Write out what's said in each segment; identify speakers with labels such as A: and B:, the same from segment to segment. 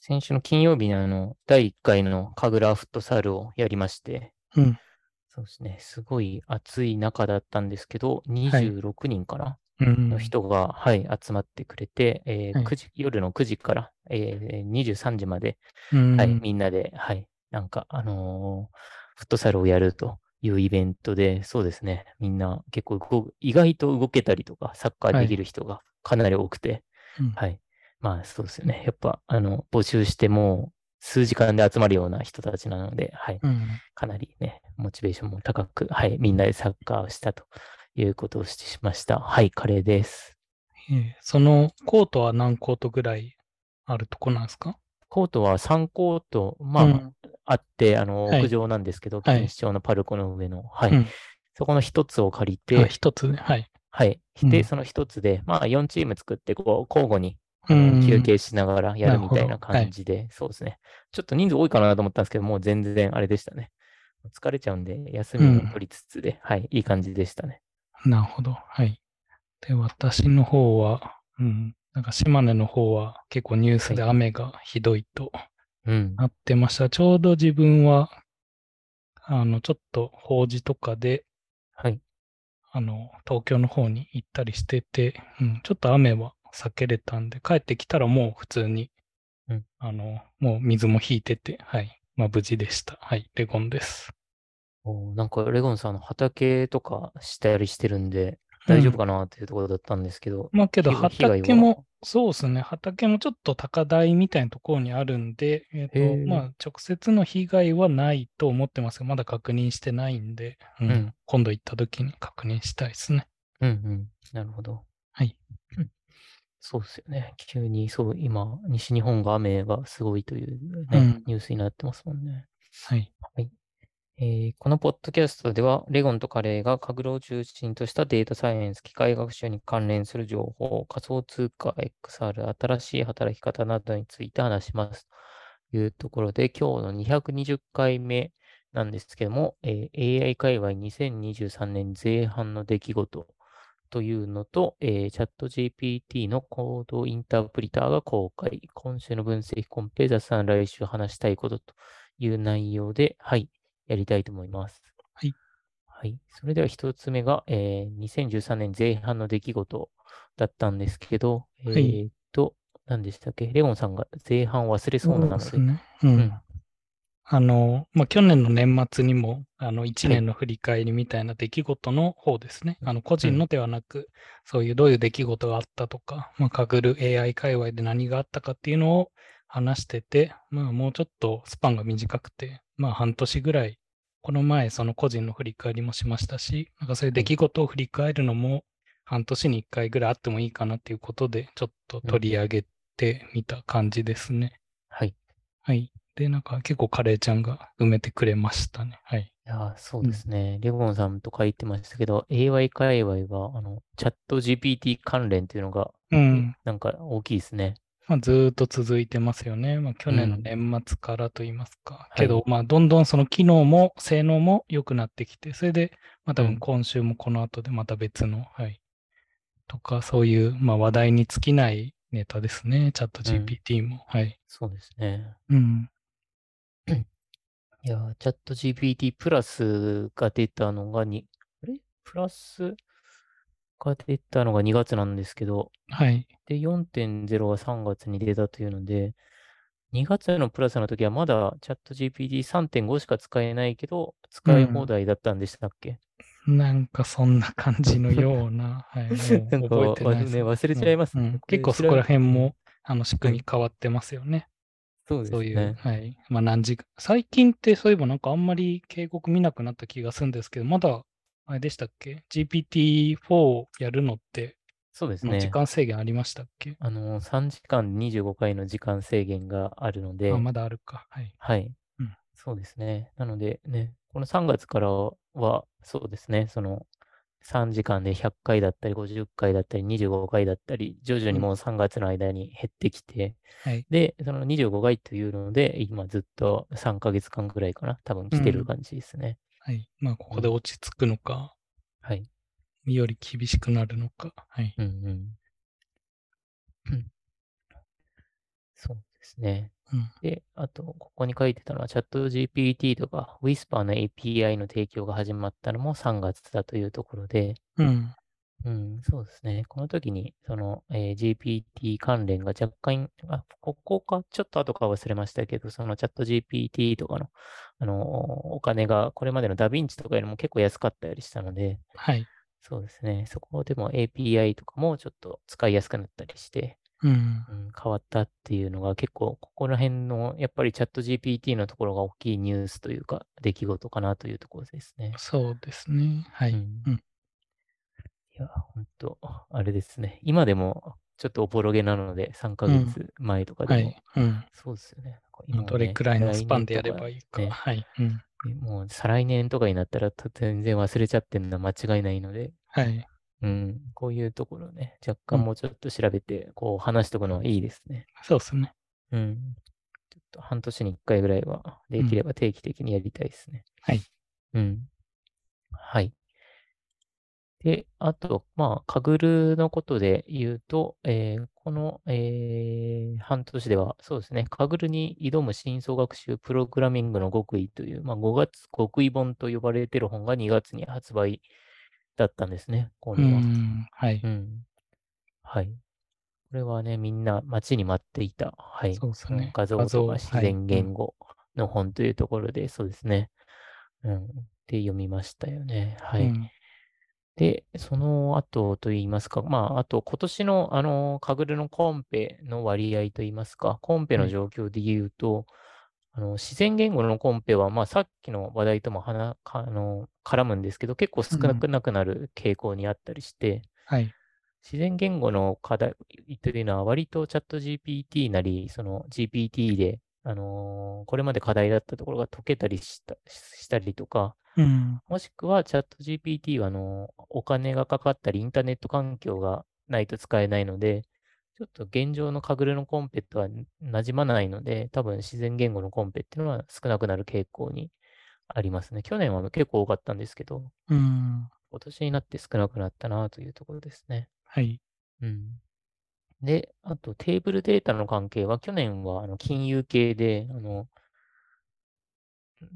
A: 先週の金曜日にあの、第1回の神楽フットサルをやりまして、
B: うん。
A: そうですね、すごい暑い中だったんですけど、
B: い
A: 26人かな、
B: うん
A: の人が、はい、集まってくれて、えー
B: はい
A: 9時、夜の9時から、えー、23時まで、
B: うん
A: はい、みんなで、はい、なんか、あのーフットサルをやるというイベントで、そうですね、みんな結構動く、意外と動けたりとか、サッカー
B: はい
A: できる人がかなり多くて、
B: うん
A: はい、まあそうですよね、やっぱ、あの、募集してもう数時間で集まるような人たちなので、はい、
B: うん
A: かなりね、モチベーションも高く、はい、みんなでサッカーをしたということをしてしました。はい、カレーです。
B: ええそのコートは何コートぐらいあるとこなんですか
A: コートは3コート、まあ、
B: うん
A: あって、あの、
B: はい
A: 屋上なんですけど、
B: はい
A: 錦糸町のパルコの上の、はい。
B: うん
A: そこの一つを借り
B: あ
A: て、
B: 一つね。はい。
A: はい。
B: うん
A: で、その一つで、まあ、4チーム作って、こう、交互に、あ
B: う
A: の
B: ん
A: 休憩しながらやるみたい
B: な
A: な
B: るほどはい
A: 感じで、そうですね。ちょっと人数多いかなと思ったんですけど、もう全然あれでしたね。疲れちゃうんで、休み
B: うん
A: も取りつつで、はい、いい感じでしたね。
B: なるほど。はい。で、私の方は、うん。なんか島根の方は結構ニュースで雨がひどいと
A: うん。
B: なってました。ちょうど自分は、あの、ちょっと法事とかで、
A: はい。
B: あの、東京の方に行ったりしてて、うん、ちょっと雨は避けれたんで、帰ってきたらもう普通に、
A: うん
B: あの、もう水も引いてて、はい。まあ無事でした。はい。レゴンです。
A: おーなんか、レゴンさん、あの畑とかしたりしてるんで、大丈夫かなっていうところだったんですけど、
B: まあけど
A: 被害被害は
B: 畑も、そうですね、畑もちょっと高台みたいなところにあるんで、え
A: へ
B: ー
A: ー
B: とまあ、直接の被害はないと思ってますが、まだ確認してないんで、うん
A: うん
B: 今度行った時に確認したいですね。
A: うんうん、なるほど。
B: はい
A: うん。そうですよね。急に、そう、今、西日本が雨がすごいという、ね
B: うん
A: ニュースになってますもんね。
B: はい。
A: えーこのポッドキャストでは、レゴンとカレーがカグロを中心としたデータサイエンス、機械学習に関連する情報、仮想通貨、XR、新しい働き方などについて話します。というところで、今日の220回目なんですけども、えー AI 界隈2023年前半の出来事というのと、えー、チャット GPT のコードインタープリターが公開、今週の分析コンペ、ザさん来週話したいことという内容で、はい、やりたいと思います。
B: はい。
A: はい。それでは一つ目が、えー、2013年前半の出来事だったんですけど、
B: は
A: え
B: い
A: ーっと、何でしたっけレゴンさんが前半忘れそうなの
B: で
A: です
B: ね。うん。
A: うん
B: あの、まあ、去年の年末にも、あの、1年の振り返りみたいな出来事の方ですね。あの、個人のではなく、そういうどういう出来事があったとか、まあ、かぐる AI 界隈で何があったかっていうのを話してて、まあ、もうちょっとスパンが短くて、まあ、半年ぐらい、この前、その個人の振り返りもしましたし、なんかそういう出来事を振り返るのも、半年に1回ぐらいあってもいいかなっていうことで、ちょっと取り上げてみた感じですね。
A: はい。い
B: はい。で、なんか結構カレーちゃんが埋めてくれましたね。はい。
A: やー、そう
B: うん
A: ですね。レゴンさんと書いてましたけど、AI 界隈は、あの、チャット GPT 関連というのが、
B: うん。
A: なんか大きいですね。
B: まあ、ずーっと続いてますよね。まあ、去年の
A: うん
B: 年末からといいますか。
A: い
B: けど、まあ、どんどんその機能も性能も良くなってきて、それで、まあ、多
A: うん
B: 分今週もこの後でまた別の、はい。とか、そういう、まあ、話題に尽きないネタですね。チャット GPT も。はい。
A: そうですね。
B: うん。
A: いやー、チャット GPT プラスが出たのがに、あれプラスが出たのが2月なんですけど、
B: はい。
A: で、4.0は3月に出たというので、2月のプラスの時はまだチャット GPT3.5 しか使えないけど、使い放題だったんでしたっけ、
B: なんかそんな感じのような、はい、もう
A: な
B: 覚
A: んか
B: えてないです
A: ね忘れちゃいますね
B: うんうん
A: これ
B: 結構そこら辺も、あの、仕組み変わってますよね。
A: そうで
B: そう
A: す
B: いう、
A: ね。
B: はい。まあ、何時間、最近ってそういえばなんかあんまり警告見なくなった気がするんですけど、まだ、あれでしたっけ ?GPT-4 やるのって、
A: そうです
B: あの時
A: ね。
B: 間制限ありましたっけ、
A: あの、3時間25回の時間制限があるので
B: あ、まだあるか。はい。
A: はい
B: うん。
A: そうですね。なのでね、この3月からは、そうですね、その3時間で100回だったり、50回だったり、25回だったり、徐々に
B: うん
A: もう3月の間に減ってきて、
B: はい
A: で、その25回というので、今ずっと3ヶ月間ぐらいかな、多分来て
B: う
A: る
B: ん
A: 感じですね。
B: はい。まあ、ここで落ち着くのか、
A: はい。
B: より厳しくなるのか。はい。
A: うんうん。そうですね。
B: うん
A: で、あと、ここに書いてたのは、チャット GPT とか Whisper の API の提供が始まったのも3月だというところで、
B: うん。
A: うん、そうですね。この時に、その、えー GPT 関連が若干、あ、ここか、ちょっと後か忘れましたけど、そのチャット GPT とかの、あのー、お金が、これまでのダヴィンチとかよりも結構安かったりしたので、
B: はい。
A: そうですね。そこでも API とかもちょっと使いやすくなったりして、
B: うん。
A: うん、変わったっていうのが結構、ここら辺の、やっぱりチャット GPT のところが大きいニュースというか、出来事かなというところですね。
B: そうですね。は
A: う
B: い。
A: ん
B: うん
A: いや、本当あれですね。今でも、ちょっとおぼろげなので、3ヶ
B: うん
A: 月前とかで
B: は
A: も、
B: い。うん。
A: そうですよね。なんか今も
B: どれ
A: ね
B: くらいの
A: 来
B: スパン
A: 年
B: で
A: と
B: やればいいか。
A: ね
B: はい。うん。
A: もう、再来年とかになったら、と全然忘れちゃってるのは間違いないので、
B: はい。
A: うん、こういうところね、若
B: う
A: 干
B: ん
A: もうちょっと調べて、こう話しとくのはいいですね。
B: そうですね。
A: うん。ちょっと半年に1回ぐらいは、できれば定期的にやりたいですね。
B: はい。
A: うん。はい。で、あと、まあ、カグルのことで言うと、えーこの、えー半年では、そうですね、カグルに挑む真相学習プログラミングの極意という、まあ、5月極意本と呼ばれてる本が2月に発売だったんですね、こ
B: う
A: れは。
B: ん。はい。
A: うん。はい。これはね、みんな待ちに待っていた、はい。
B: そうです
A: うん
B: ね。
A: 画像
B: 画
A: と
B: 像
A: か
B: はい
A: 自然言語の本というところで、そうですね。うん。で、読みましたよね。は
B: う
A: い。
B: ん
A: で、その後といいますか、まあ、あと今年の、あの、カグルのコンペの割合といいますか、コンペ
B: は
A: の
B: い
A: 状況で言うと、あの自然言語のコンペは、まあ、さっきの話題ともはなかあの絡むんですけど、結構少なくなくなる傾向にあったりして、
B: はい。
A: 自然言語の課題というのは、割とチャット GPT なり、その GPT で、あのーこれまで課題だったところが解けたりしたしたりとか、
B: うん。
A: もしくはチャット GPT はあのーお金がかかったり、インターネット環境がないと使えないので、ちょっと現状のカグルのコンペとはなじまないので、多分自然言語のコンペっていうのは少なくなる傾向にありますね。去年は結構多かったんですけど、
B: うん。
A: 今年になって少なくなったなというところですね。
B: はい。
A: うんで、あとテーブルデータの関係は、去年はあの金融系で、あの、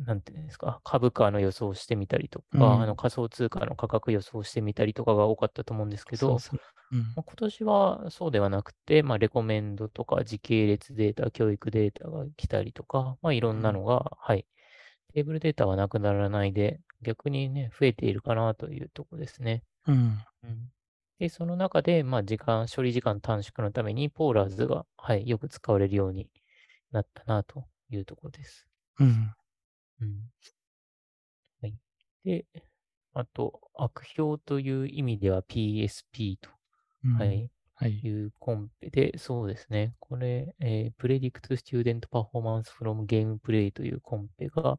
A: なんていうんですか、株価の予想をしてみたりとか、あ
B: う
A: の
B: ん
A: 仮想通貨の価格予想をしてみたりとかが多かったと思うんですけ
B: そ
A: ど、
B: うですね。うん
A: まあ今年はそうではなくて、まあ、レコメンドとか時系列データ、教育データが来たりとか、まあ、いろんな
B: うん
A: のが、はい。テーブルデータはなくならないで、逆にね、増えているかなというところですね。
B: うん。
A: うんで、その中で、まあ、時間、処理時間短縮のために、ポーラーズが、はい、よく使われるようになったな、というところです。
B: うん。
A: うん。はい。で、あと、悪評という意味では PSP と、
B: うん
A: は。い、
B: はい。
A: いうコンペで、そうですね。これ、えー、Predict Student Performance from Game Play というコンペが、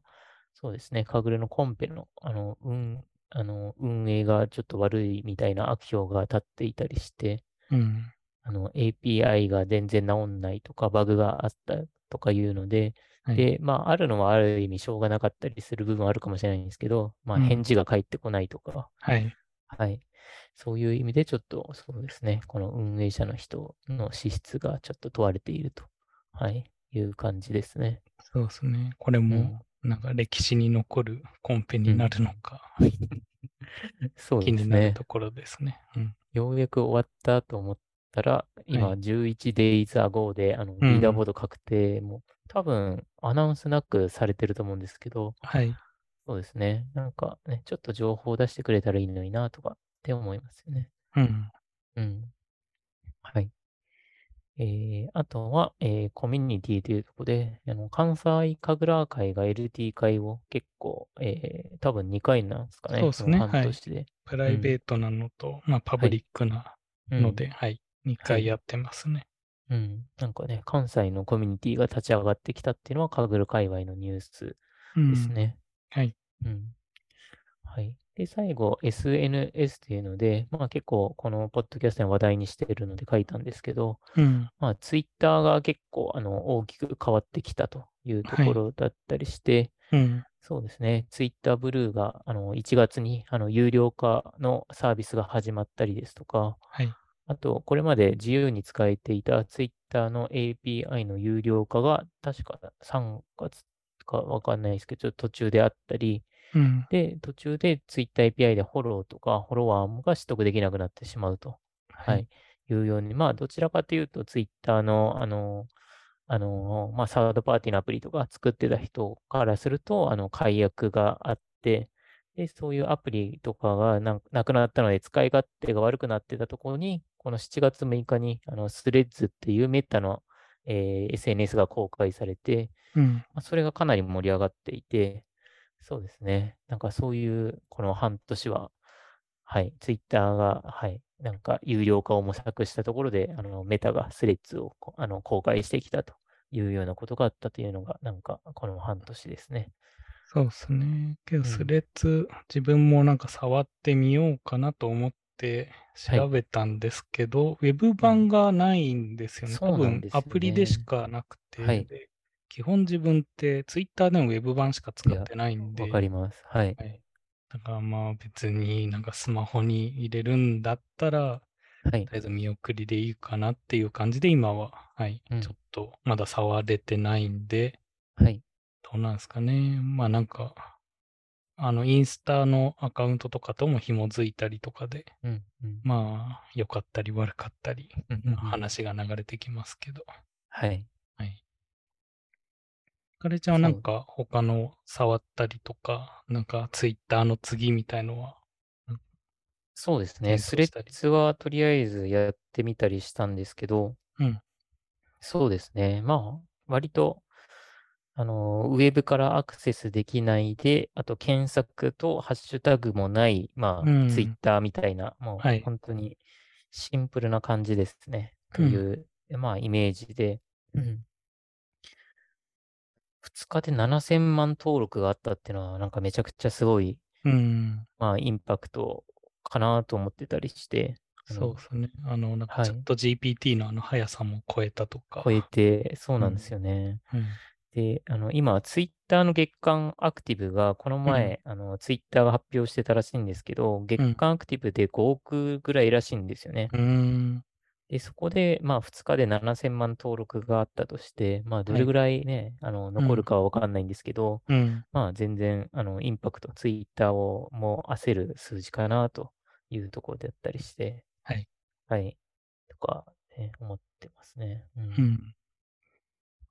A: そうですね。カグレのコンペの、あの、運、あの、運営がちょっと悪いみたいな悪評が立っていたりして、
B: うん。
A: あの、API が全然治んないとか、バグがあったとかいうので、
B: はい
A: で、まあ、あるのはある意味しょうがなかったりする部分はあるかもしれないんですけど、まあ、
B: うん
A: 返事が返ってこないとか、
B: はい。
A: はい。そういう意味で、ちょっと、そうですね。この運営者の人の資質がちょっと問われていると、はい、いう感じですね。
B: そうですね。これも、なんか歴史に残るコンペになるのか、
A: そう
B: 気
A: で
B: に
A: す
B: なる
A: ね。
B: ところですね。うん
A: ようやく終わったと思ったら、今、11days ago で、あの、リーダーボード確定も、多分、アナウンスなくされてると思うんですけど、
B: はい。
A: そうですね。なんかね、ちょっと情報を出してくれたらいいのにな、とかって思いますよね。
B: うん。
A: うん。はい。えー、あとは、えーコミュニティというところで、あの関西神楽会が LT 会を結構、えー、多分2回なんですかね、
B: そうですね
A: この半年で。
B: プライベートなのと、まあ、パブリックな
A: うん
B: ので、はい。2回やってますね。
A: うん。なんかね、関西のコミュニティが立ち上がってきたっていうのは、神楽界隈のニュース
B: うん
A: です。ね。
B: はい。
A: うん。はい。で、最後、SNS というので、まあ結構このポッドキャストの話題にしているので書いたんですけど、
B: うん。
A: まあ、ツイッターが結構あの大きく変わってきたというと
B: はい
A: ころだったりして、
B: うん。
A: そうですね、ツイッターブルーがあの1月にあの有料化のサービスが始まったりですとか、
B: はい。
A: あと、これまで自由に使えていた Twitter の API の有料化が、確か3月かわかんないですけど、ちょっと途中であったり、
B: うん。
A: で、途中で Twitter API でフォローとか、フォロワーが取得できなくなってしまうと。
B: は
A: はい。、いうように、まあ、どちらかというと、ツイッターの、あの、あの、まあ、サードパーティーのアプリとか作ってた人からすると、あの、解約があって、で、そういうアプリとかがなんなくなったので、使い勝手が悪くなってたところに、この7月6日に、あの、スレッズっていうメタの、えー SNS が公開されて、
B: うん。
A: まあ、それがかなり盛り上がっていて、そうですね。なんかそういう、この半年は、はい、ツイッターが、はい、なんか有料化を模索したところで、あの、メタがスレッズをこあの公開してきたというようなことがあったというのが、なんかこの半年ですね。
B: そうですね。けど、
A: ん
B: スレッズ、自分もなんか触ってみようかなと思って
A: はい
B: 調べたんですけど、ウェブ版がないんですよね。
A: そう
B: 多
A: なん
B: 分
A: ですよ
B: ア
A: ね
B: プリでしかなくて、
A: はい
B: で基本自分ってツイッターでもウェブ版しか使ってないんで、
A: わかります。はい。
B: はい、だからまあ別になんかスマホに入れるんだったら、
A: はい
B: と。りあえず見送りでいいかなっていう感じで今は、はい、
A: うん
B: ちょっとまだ触れてないんで、
A: はい。
B: どうなんですかね。まあなんか、あの、インスタのアカウントとかとも紐づいたりとかで、
A: うん。うん
B: まあ、良かったり悪かったり、
A: うんうんうん
B: 話が流れてきますけど。
A: はい。
B: はい。かれちゃんはなんか、他の触ったりとか、なんか、ツイッターの次みたいのは、
A: そうですね。
B: 検
A: ス
B: 討
A: レ
B: した
A: ッ
B: り
A: ズはとりあえずやってみたりしたんですけど、
B: うん
A: そうですね。まあ、割と、あの、ウェブからアクセスできないで、あと検索とハッシュタグもない、ま
B: う
A: あ、
B: ん
A: ツイッターみたいな、も
B: はいう
A: 本当にシンプルな感じですね。
B: う
A: と
B: ん
A: いう、まあ、イメージで。うん2日で7000万登録があったっていうのは、なんかめちゃくちゃすごい
B: うん、
A: まあ、インパクトかなと思ってたりして、あの
B: そうですね。あの、な
A: は
B: んか、
A: い
B: チャット GPT のあの速さも超えたとか。
A: 超えて、そうな
B: うん
A: んですよね。
B: うん
A: で、あの、今、ツイッターの月間アクティブが、この前、あの、ツイッターが発表してたらしいんですけど、月間アクティブで5億ぐらいらしいんですよね。
B: うん。
A: で、そこで、まあ、2日で7000万登録があったとして、まあ、ど
B: は
A: れ
B: い
A: ぐらいね、あの、残るかはわかんないんですけど、
B: うん。
A: まあ、全然、あの、インパクト、ツイッターをもう焦る数字かなというところであったりして、
B: はい。
A: はい。とか、ね、思ってますね。う。
B: うんん。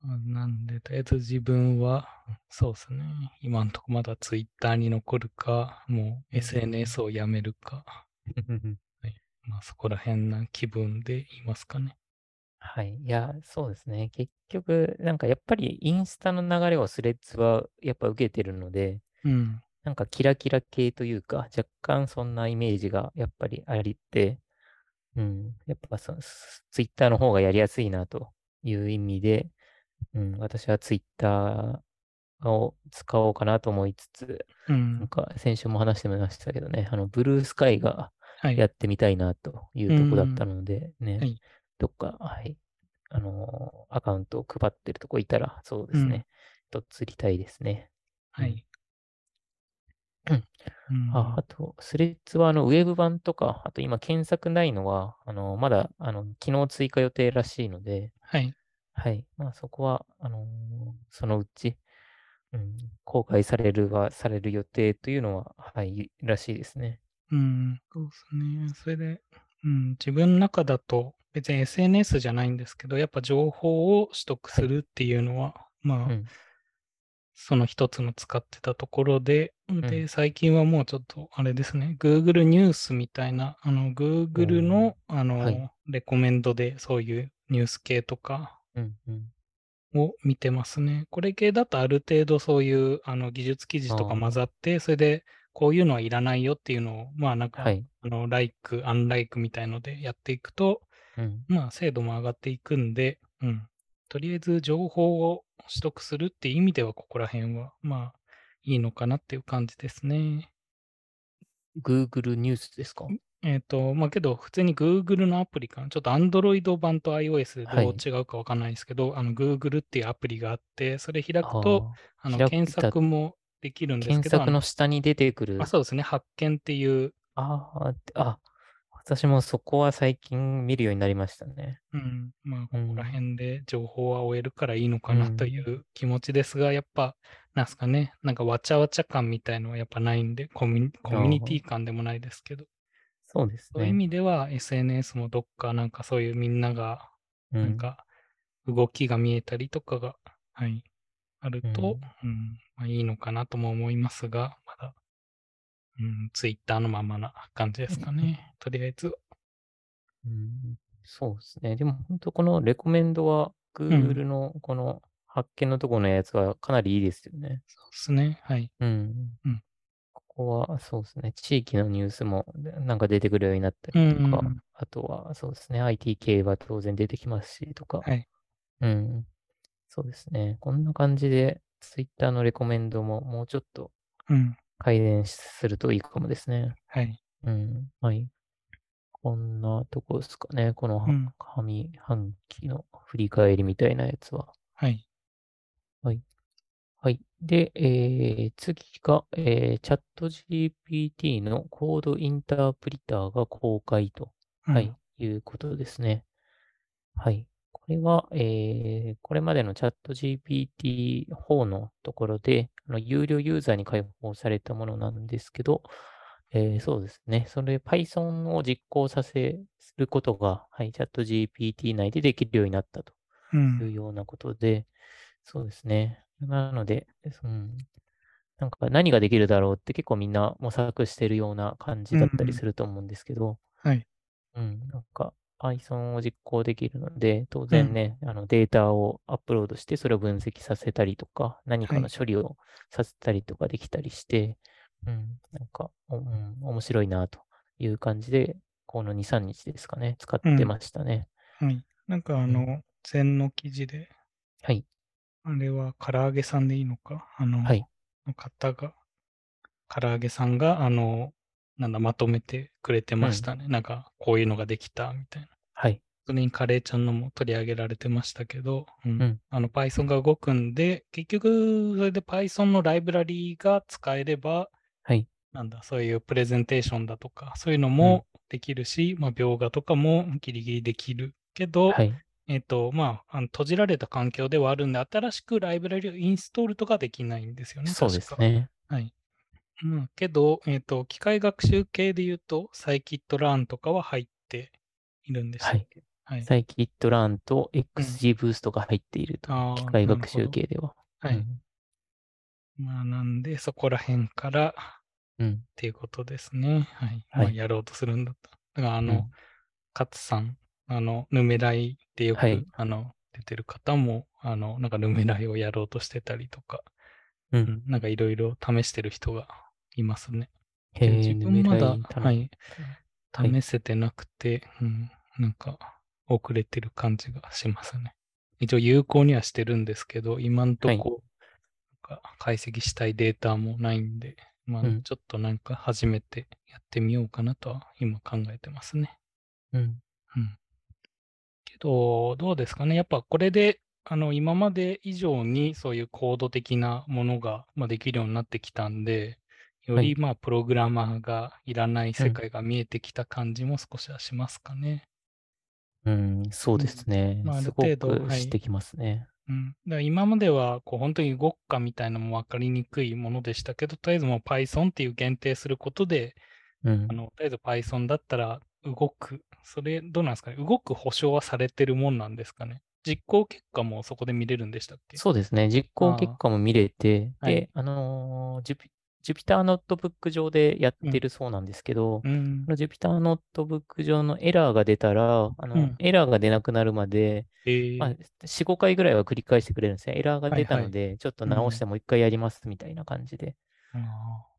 B: あなんで、とりあえず自分は、そうですね。今のとこまだツイッターに残るか、もう SNS をやめるか、まあそこら辺な気分でいますかね。
A: はい。いや、そうですね。結局、なんかやっぱりインスタの流れをスレッズはやっぱ受けてるので、
B: うん。
A: なんかキラキラ系というか、若干そんなイメージがやっぱりありって、うん。やっぱそツイッターの方がやりやすいなという意味で、うん。私はツイッターを使おうかなと思いつつ、
B: う
A: なん
B: ん。
A: か先週も話してましたけどね、あの、ブルースカイが、
B: はい。
A: やってみたいなというとこだったのでね、
B: はい
A: どっか、はい、あのーアカウントを配ってるとこいたら、そうですね、とっつりたいですね。
B: はい。
A: うん
B: うん
A: ああと、スレッズはあのウェブ版とか、あと今検索ないのは、あのまだあの昨日追加予定らしいので、
B: はい。
A: はい、まあそこは、あのーそのうち、うん、公開されるは、される予定というのは、はい、らしいですね。
B: うん。そうですね。それで、うん、自分の中だと、別に SNS じゃないんですけど、やっぱ情報を取得するっていうのは、まあ、
A: うん。
B: その一つの使ってたところで、
A: う
B: で、最近はもうちょっとあれですね、Google ニュースみたいな、あの、Google の、あの、
A: はい
B: レコメンドでそういうニュース系とか
A: うん。うん。
B: を見てますね。これ系だとある程度そういう、あの、技術記事とか
A: あー
B: 混ざって、それで、こういうのはいらないよっていうのを、まあなんか、
A: はい。
B: あの、like、unlike みたいのでやっていくと、
A: うん。
B: まあ、精度も上がっていくんで、うん。とりあえず情報を取得するっていう意味では、ここら辺は、まあ、いいのかなっていう感じですね。
A: Google ニュースですか
B: えっ、と、まあけど、普通に Google のアプリかな。ちょっと Android 版と iOS
A: は
B: で
A: い
B: どう違うかわかんないですけど、あの Google っていうアプリがあって、それ開くと、あの
A: 開く
B: 検索もできるんですけ
A: 検
B: ど、
A: 索の下に出てくる。
B: あのあそうですね、発見っていう、
A: あーあ、私もそこは最近見るようになりましたね。
B: うん、まあ、ここら辺で情報は終えるからいいのかなという気持ちですが、やっぱ、なんすかね、なんかわちゃわちゃ感みたいのはやっぱないんで、コミュニコミュニティ感でもないですけど、
A: そうです
B: そういう意
A: ね。
B: 味では SNS もどっかなんかそういうみんなが、
A: う
B: なん
A: ん、
B: か動きが見えたりとかが、はい、あると、うんまあ、いいのかなとも思いますが、まだ、うん、Twitter のままな感じですかね。とりあえず、
A: うんそうですね。でも本当このレコメンドは Google のこの発見のところのやつはかなりいいですよね。
B: そうですね。はい。
A: うん。
B: うん
A: ここはそうですね。地域のニュースもなんか出てくるようになった
B: う
A: り
B: ん
A: とか、
B: うんうん
A: あとはそうですね。IT 系は当然出てきますしとか。
B: はい
A: うん。そうですね。こんな感じで Twitter のレコメンドももうちょっと
B: うん。
A: 改善するといいかもですね。
B: はい。
A: うん。はい。こんなとこですかね。このは
B: うん
A: 上半期の振り返りみたいなやつは。
B: はい。
A: はい。で、えー次が、えー、チャット GPT のコードインタープリターが公開と、
B: うん
A: はい、。いうことですね。はい。これは、えーこれまでのチャット GPT4 のところで、あの有料ユーザーに開放されたものなんですけど、えーそうですね。それ、Python を実行させることが、はい、チャット GPT 内でできるようになったと
B: う。
A: というんようなことで、そうですね。なので、うん、なんか何ができるだろうって結構みんな模索してるような感じだった
B: うんう
A: り
B: ん
A: すると思うんですけど、
B: はい。
A: うん、なんか Python を実行できるので、当
B: う
A: 然
B: ん
A: ね、あのデータをアップロードして、それを分析させたりとか、何か
B: は
A: の
B: い
A: 処理をさせたりとかできたりして、うん、なんか、おうん、面白いなという感じで、この2、3日ですかね、使っ
B: う
A: て
B: ん
A: ましたね。
B: はい。なんかあの、前の記事で、
A: はい。
B: あれは唐揚げさんでいいのかあの、
A: はい
B: の方が、唐揚げさんが、あの、なんだ、まとめてくれてましたね。なんか、こういうのができた、みたいな。
A: はい。
B: それにカレーちゃんのも取り上げられてましたけど、うん
A: うん
B: あの Python が動くんで、結局、それで Python のライブラリーが使えれば、
A: はい
B: なんだ、そういうプレゼンテーションだとか、そういうのもできるし、まあ、描画とかもギリギリできるけど、
A: はい。
B: えっ、と、まあ、あの閉じられた環境ではあるんで、新しくライブラリをインストールとかできないんですよね。
A: そうです
B: 確か。
A: ね。
B: はい。うん、けど、えっ、と、機械学習系で言うと、サイキットランとかは入っているんです
A: はい。
B: はい。
A: サイキットランと XG ブーストが入っていると、
B: あー
A: 機械
B: なる
A: 学
B: ほど
A: 習系では。
B: は
A: う
B: い。
A: ん
B: まあ、なんで、そこら辺からっ
A: うん。
B: ていうことですね。はい。
A: はい
B: まあ、やろうとするんだった。だから、あ
A: う
B: の、
A: ん
B: 勝さん、あの、ヌメライでよく、
A: はい
B: あの、出てる方も、あの、なんかヌメライをやろうとしてたりとか、
A: う。
B: うんんなんかいろいろ試してる人がいますね。
A: へえ、
B: 自分まだ、は、
A: はいはい
B: 試せてなくて、うん、なんか遅れてる感じがしますね。一応有効にはしてるんですけど、今んと
A: はい
B: こ、なんか解析したいデータもないんで、まあ、
A: うん
B: ちょっとなんか初めてやってみようかなとは今考えてますね。
A: うん。
B: けど、どうですかね。やっぱこれで、あの、今まで以上にそういうコード的なものが、まあ、できるようになってきたんで、よ
A: は
B: り
A: い
B: まあ、プログラマーがいらない世界が見えてきた感じも少しはしますかね。
A: うん、そうですね
B: まああ。る
A: すご
B: 程度
A: く
B: はい
A: してきますね。
B: うん、だから今まではこう本当に動くかみたいなのも分かりにくいものでしたけど、とりあえずもう Python っていう限定することで、
A: うん
B: あ。のとりあえず Python だったら動く、それどうなんですかね、動く保証はされてるもんなんですかね。実行結果もそこで見れるんでしたっけ
A: そうですね。実行結果も見れて、
B: あーはい
A: で、あのー、ジュピジュピターノットブック上でやってるそうなんですけど、
B: うん
A: このジュピターノットブック上のエラーが出たら、あ
B: う
A: の
B: ん、
A: エラーが出なくなるまで、
B: えー
A: まあ、4、5回ぐらいは繰り返してくれるんですね。エラーが
B: はい
A: 出た
B: はい
A: ので、ちょっと直してもう一回やりますみたいな感じで。
B: あー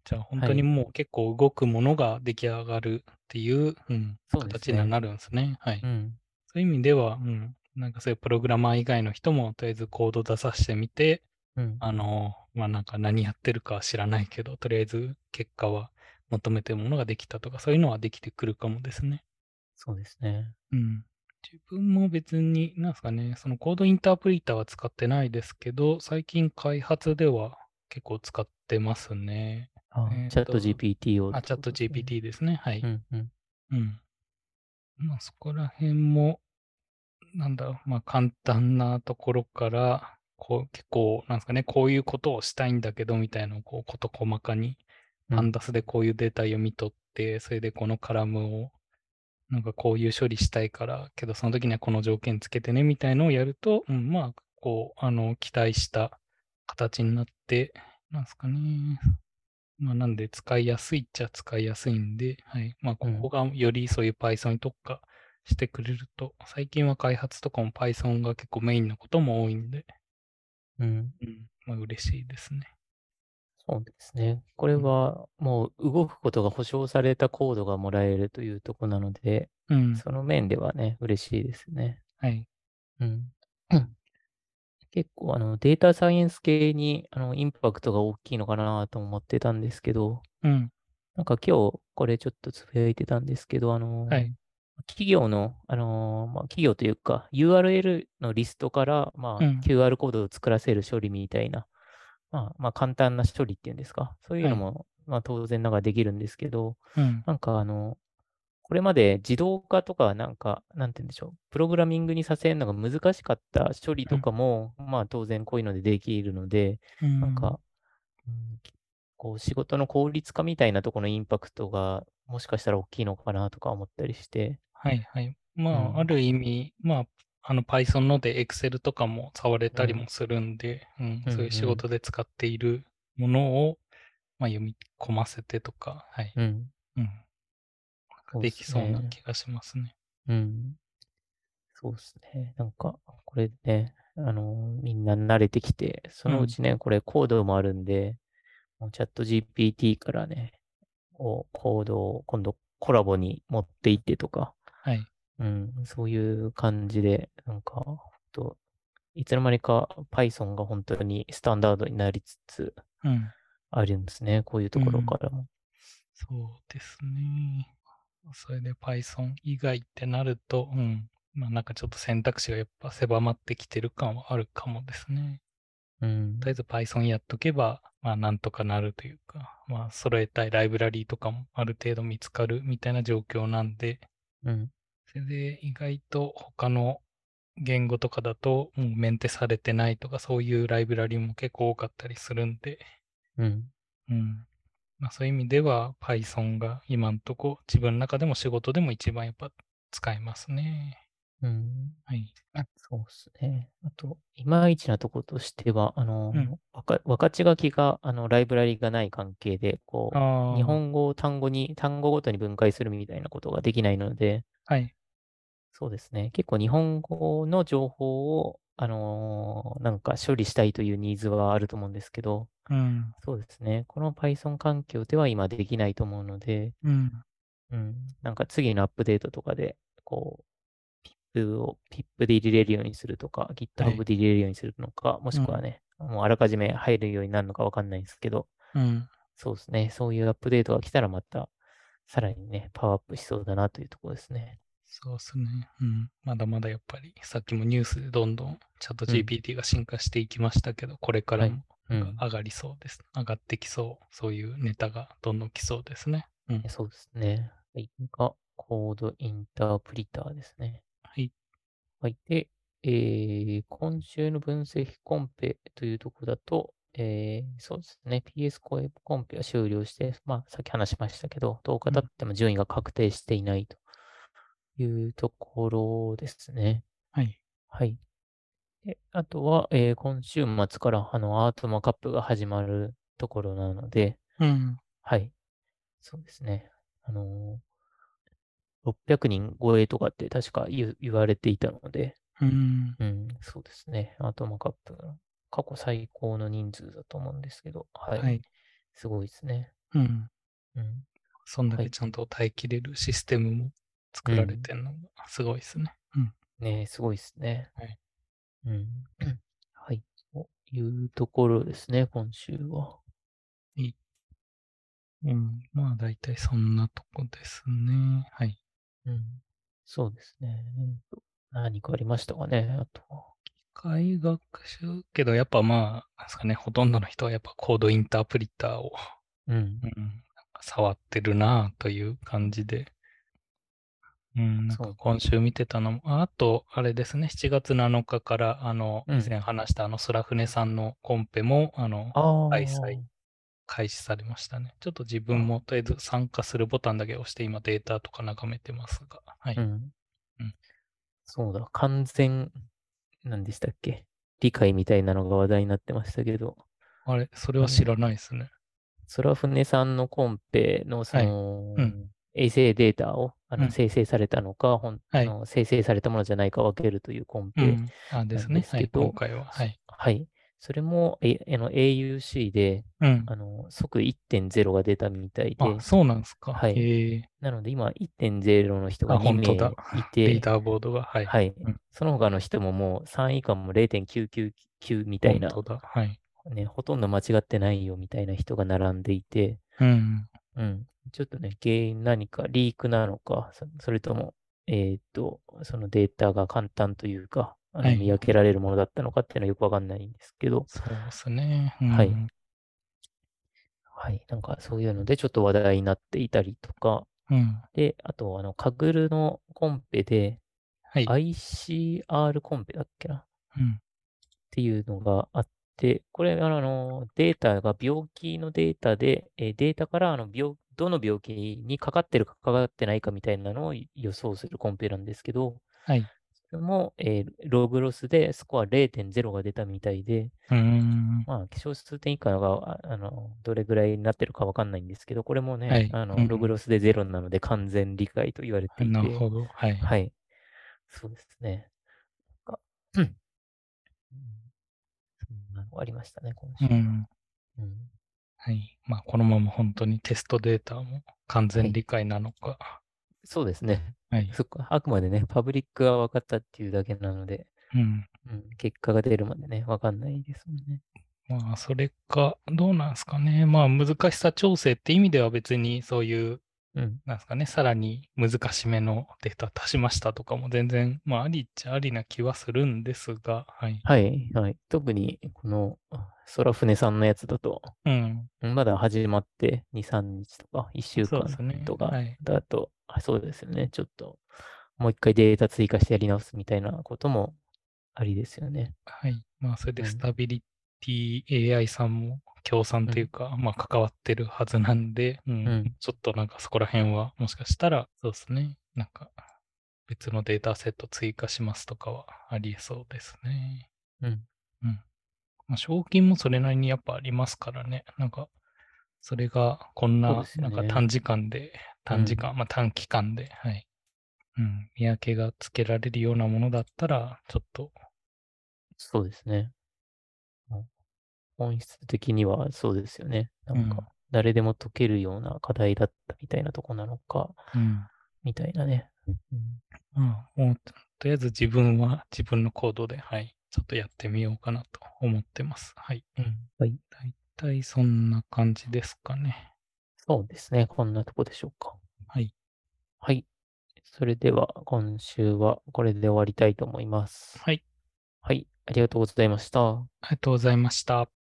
B: じゃあ本
A: はい
B: 当にもう結構動くものが出来上がるっていう、うん
A: そうですね
B: 形にはなるんですね。はい、
A: うん。
B: そういう意味では、うん、なんかそういうプログラマー以外の人もとりあえずコード出させてみて、
A: うん。
B: あの、まあなんか何やってるかは知らないけど、とりあえず結果は求めてるものができたとか、そういうのはできてくるかもですね。
A: そうですね。
B: うん。自分も別に、なんですかね、そのコードインタープリターは使ってないですけど、最近開発では結構使ってますね。
A: あ
B: えー
A: チャッ
B: と
A: ト GPT を。
B: あ、チャット。GPT ですね。はい。
A: うんうん。
B: うん。まあそこら辺も、なんだろう、まあ簡単なところから、こう結構、なんですかね、こういうことをしたいんだけどみたいなのをこうこと細かに、
A: うん
B: パンダスでこういうデータ読み取って、それでこのカラムを、なんかこういう処理したいから、けどその時にはこの条件つけてねみたいのをやると、うん、まあ、こう、あの、期待した形になって、なんですかね。まあ、なんで使いやすいっちゃ使いやすいんで、はい。まあ、ここがよりそういう Python に特化してくれると、最近は開発とかも Python が結構メインのことも多いんで、
A: うん。
B: うん、まあ、嬉しいですね。
A: そうですね。これはもう動くことが保証されたコードがもらえるというとこなので、
B: うん。
A: その面ではね、嬉しいですね。
B: はい。
A: うん。 結構あのデータサイエンス系にあのインパクトが大きいのかなと思ってたんですけど、
B: うん。
A: なんか今日これちょっとつぶやいてたんですけど、あの、
B: はい。
A: 企業の、あのーまあ、企業というか、URL のリストから、まあ
B: うん
A: QR コードを作らせる処理みたいな、まあ、まあ、簡単な処理っていうんですか、そういうの
B: はい
A: も、まあ、当然ながらできるんですけど、
B: うん。
A: なんか、あの、これまで自動化とか、なんか、なんて言うんでしょう、プログラミングにさせるのが難しかった処理とかも、まあ、当然こういうのでできるので、
B: な
A: なん、か、うんこう仕事の効率化みたいなところのインパクトがもしかしたら大きいのかなとか思ったりして。
B: はいはい。ま
A: うん
B: あ、ある意味、まあ、あの Python ので Excel とかも触れたりもするんで、うん
A: うん
B: そういう仕
A: うん
B: 事で使っているものを、まあ、読み込ませてとか、はい。
A: うん。
B: うん
A: そうっすね
B: できそうな気がしますね。
A: うん。そうですね。なんか、これね、あのー、みんな慣れてきて、そのうちね、これコードもあるんで、もうチャット GPT からね、こうコードを今度コラボに持っていってとか、
B: はい。
A: うん、そういう感じで、なんか、ほんといつの間にか Python が本当にスタンダードになりつつ
B: うん。
A: あるんですね。こういうところからも。
B: そうですね。それで Python 以外ってなると、うん。まあ、なんかちょっと選択肢がやっぱ狭まってきてる感はあるかもですね。
A: うん
B: とりあえず Python やっとけば、まあなんとかなるというか、まあ揃えたいライブラリーとかもある程度見つかるみたいな状況なんで、
A: うん。
B: それで意外と他の言語とかだともうメンテされてないとかそういうライブラリーも結構多かったりするんで、
A: うん。
B: うん。まあそういう意味では Python が今んとこ自分の中でも仕事でも一番やっぱ使えますね。
A: うん。
B: はい。
A: そうですね。あと、いまいちなところとしては、あの
B: うん、
A: 分か分かち書きが、あの、ライブラリがない関係で、こう、
B: ああ。
A: 日本語を単語に、単語ごとに分解するみたいなことができないので、
B: はい。
A: そうですね。結構日本語の情報を、あのーなんか処理したいというニーズはあると思うんですけど、
B: うん。
A: そうですね。この Python 環境では今できないと思うので、
B: うん。
A: うん、なんか次のアップデートとかで、こう、PIP を、PIP で入れれるようにするとか、GitHub で入れれるようにするのか、もしくはね、もうあらかじめ入るようになるのかわかんないんですけど、
B: うん。
A: そうですね。そういうアップデートが来たらまた、さらにね、パワーアップしそうだなというところですね。
B: そうですね。うん。まだまだやっぱり、さっきもニュースでどんどんチャット GPT が進化していきましたけど、これからも
A: うん。
B: 上がりそうです。上がってきそう。そういうネタがどんどん来そうですね。うん。
A: そうですね。はい。が、コードインタープリターですね。
B: はい。
A: はい。で、えー今週の分析コンペというところだと、えーそうですね。PS コエコンペは終了して、まあ、さっき話しましたけど、10日経っても順位が確定していないというところですね。
B: はい。
A: はい。であとは、えー今週末から、あの、アートマカップが始まるところなので、
B: うん。
A: はい。そうですね。あのー600人超えとかって確か言う言われていたので、
B: うん。
A: うん、そうですね。アトムカップの過去最高の人数だと思うんですけど、はい。
B: はい。
A: すごいですね。
B: うん。
A: うん。
B: そんだ
A: は
B: け
A: い
B: ちゃんと耐えきれるシステムも作られてるのがすごいですね。うん。
A: ねえすごいですね。
B: はい。
A: うん。 はい。というところですね、今週は。
B: うん。まあ大体そんなとこですね。はい。
A: うん。そうですね。何かありましたかね、あとは。
B: 機械学習けど、やっぱまあ、なんですかね、ほとんどの人はやっぱコードインタープリターを、
A: うん
B: う。ん、なんか触ってるなあという感じで。うん、なん
A: そう
B: か今週見てたのも、ああと、あれですね、7月7日から、あの、
A: うん
B: 以前話したあの、スラフネさんのコンペも、あの、
A: あ
B: 開催開始されましたね。ちょっと自分もとりあえず参加するボタンだけ押して、今データとか眺めてますが、はい。
A: うん
B: うん。
A: そうだ、完全、何でしたっけ理解みたいなのが話題になってましたけど、
B: あれ、それは知らないですね。
A: 空船さんのコンペのその、
B: うん
A: 衛星データをあ
B: うん
A: の生成されたのか、ほん
B: はい
A: あの生成されたものじゃないか分けるというコンペ。
B: うん。あ、です
A: なん
B: ね
A: で。す
B: は
A: け
B: い、
A: ど
B: 今回は。はい。
A: はい。それも、えあの AUC で、
B: うん。
A: あの即1.0が出たみたいで、
B: あ、そうなんですか。
A: はい
B: へえ
A: なので今1.0の人
B: あ、
A: が2
B: 本当だ
A: 名い。て
B: リ ー、ダーボードが、はい。
A: はい
B: うん。
A: その他の人ももう3以下も0.999みたい
B: 本
A: な
B: 当だ。はい。
A: ね、ほとんど間違ってないよみたいな人が並んでいて、
B: うん。
A: うん、ちょっとね、原因何かリークなのか、そそれとも、えーっと、そのデータが簡単というか、あの
B: はい
A: 見分けられるものだったのかっていうのはよくわかんないんですけど、
B: そうですね。
A: は
B: う
A: い
B: ん
A: はい、なんかそういうのでちょっと話題になっていたりとか、
B: うん。
A: で、あと、あの、カグルのコンペで、
B: はい。
A: ICR コンペだっけなっ
B: うん。
A: ていうのがあって、これ、あの、データが病気のデータで、えーデータからあの病どの病気にかかってるかかかってないかみたいなのを予想するコンペなんですけど、
B: はい。
A: それも、えーログロスでスコア0.0が出たみたいで、
B: うーん。
A: まあ、小数点以下が、ああの、どれぐらいになってるかわかんないんですけど、これもね、
B: はい
A: あの、
B: うん
A: ログロスで0なので完全理解と言われていて、
B: なるほど。はい。
A: はい。そうですね。なんか、うん。うんそんなのありましたね、今
B: う
A: 週。
B: ん。
A: うん
B: はい。まあ、このまま本当にテストデータも完全理解なのか。
A: そうですね。
B: はい。
A: そっか。あくまでね、パブリックが分かったっていうだけなので、
B: うん。
A: うん、結果が出るまでね、分かんないですもんね。
B: まあ、それか、どうなんですかね。まあ、難しさ調整って意味では別にそういう、
A: うん。
B: なんですかね、さらに難しめのデータ足しましたとかも全然、まあ、ありっちゃありな気はするんですが、はい。
A: はい、はい。特に、この、空船さんのやつだと、
B: うん。
A: まだ始まって2、3日とか、1週
B: そう
A: 間
B: ですね。
A: とか、
B: はい。
A: だと、あそうですよね。ちょっと、もう一回データ追加してやり直すみたいなこともありですよね。
B: はい。まあ、それで
A: うん
B: スタビリティ AI さんも協賛というか、まあ、関わってるはずなんで、うん
A: うん
B: ちょっとなんかそこら辺は、もしかしたら、そうですね。なんか、別のデータセット追加しますとかはありえそうですね。
A: うん。
B: うん。まあ、賞金もそれなりにやっぱありますからね。なんか、それがこん
A: そう
B: な
A: で、すよ
B: なん
A: ね
B: か短時間で、短時間、まあ短期間で、はい。うん、見分けがつけられるようなものだったら、ちょっと
A: そうですね。うん本質的にはそうですよね。なん
B: うん
A: か、誰でも解けるような課題だったみたいなとこなのか、みたいなね。うん
B: まあ、もう、とりあえず自分は自分の行動で、はい、ちょっとやってみようかなと思ってます。はい。
A: はい。
B: 大体そんな感じですかね。
A: そうですね。こんなとこでしょうか。
B: はい。
A: はい。それでは、今週はこれで終わりたいと思います。
B: はい。
A: はい。ありがとうございました。
B: ありがとうございました。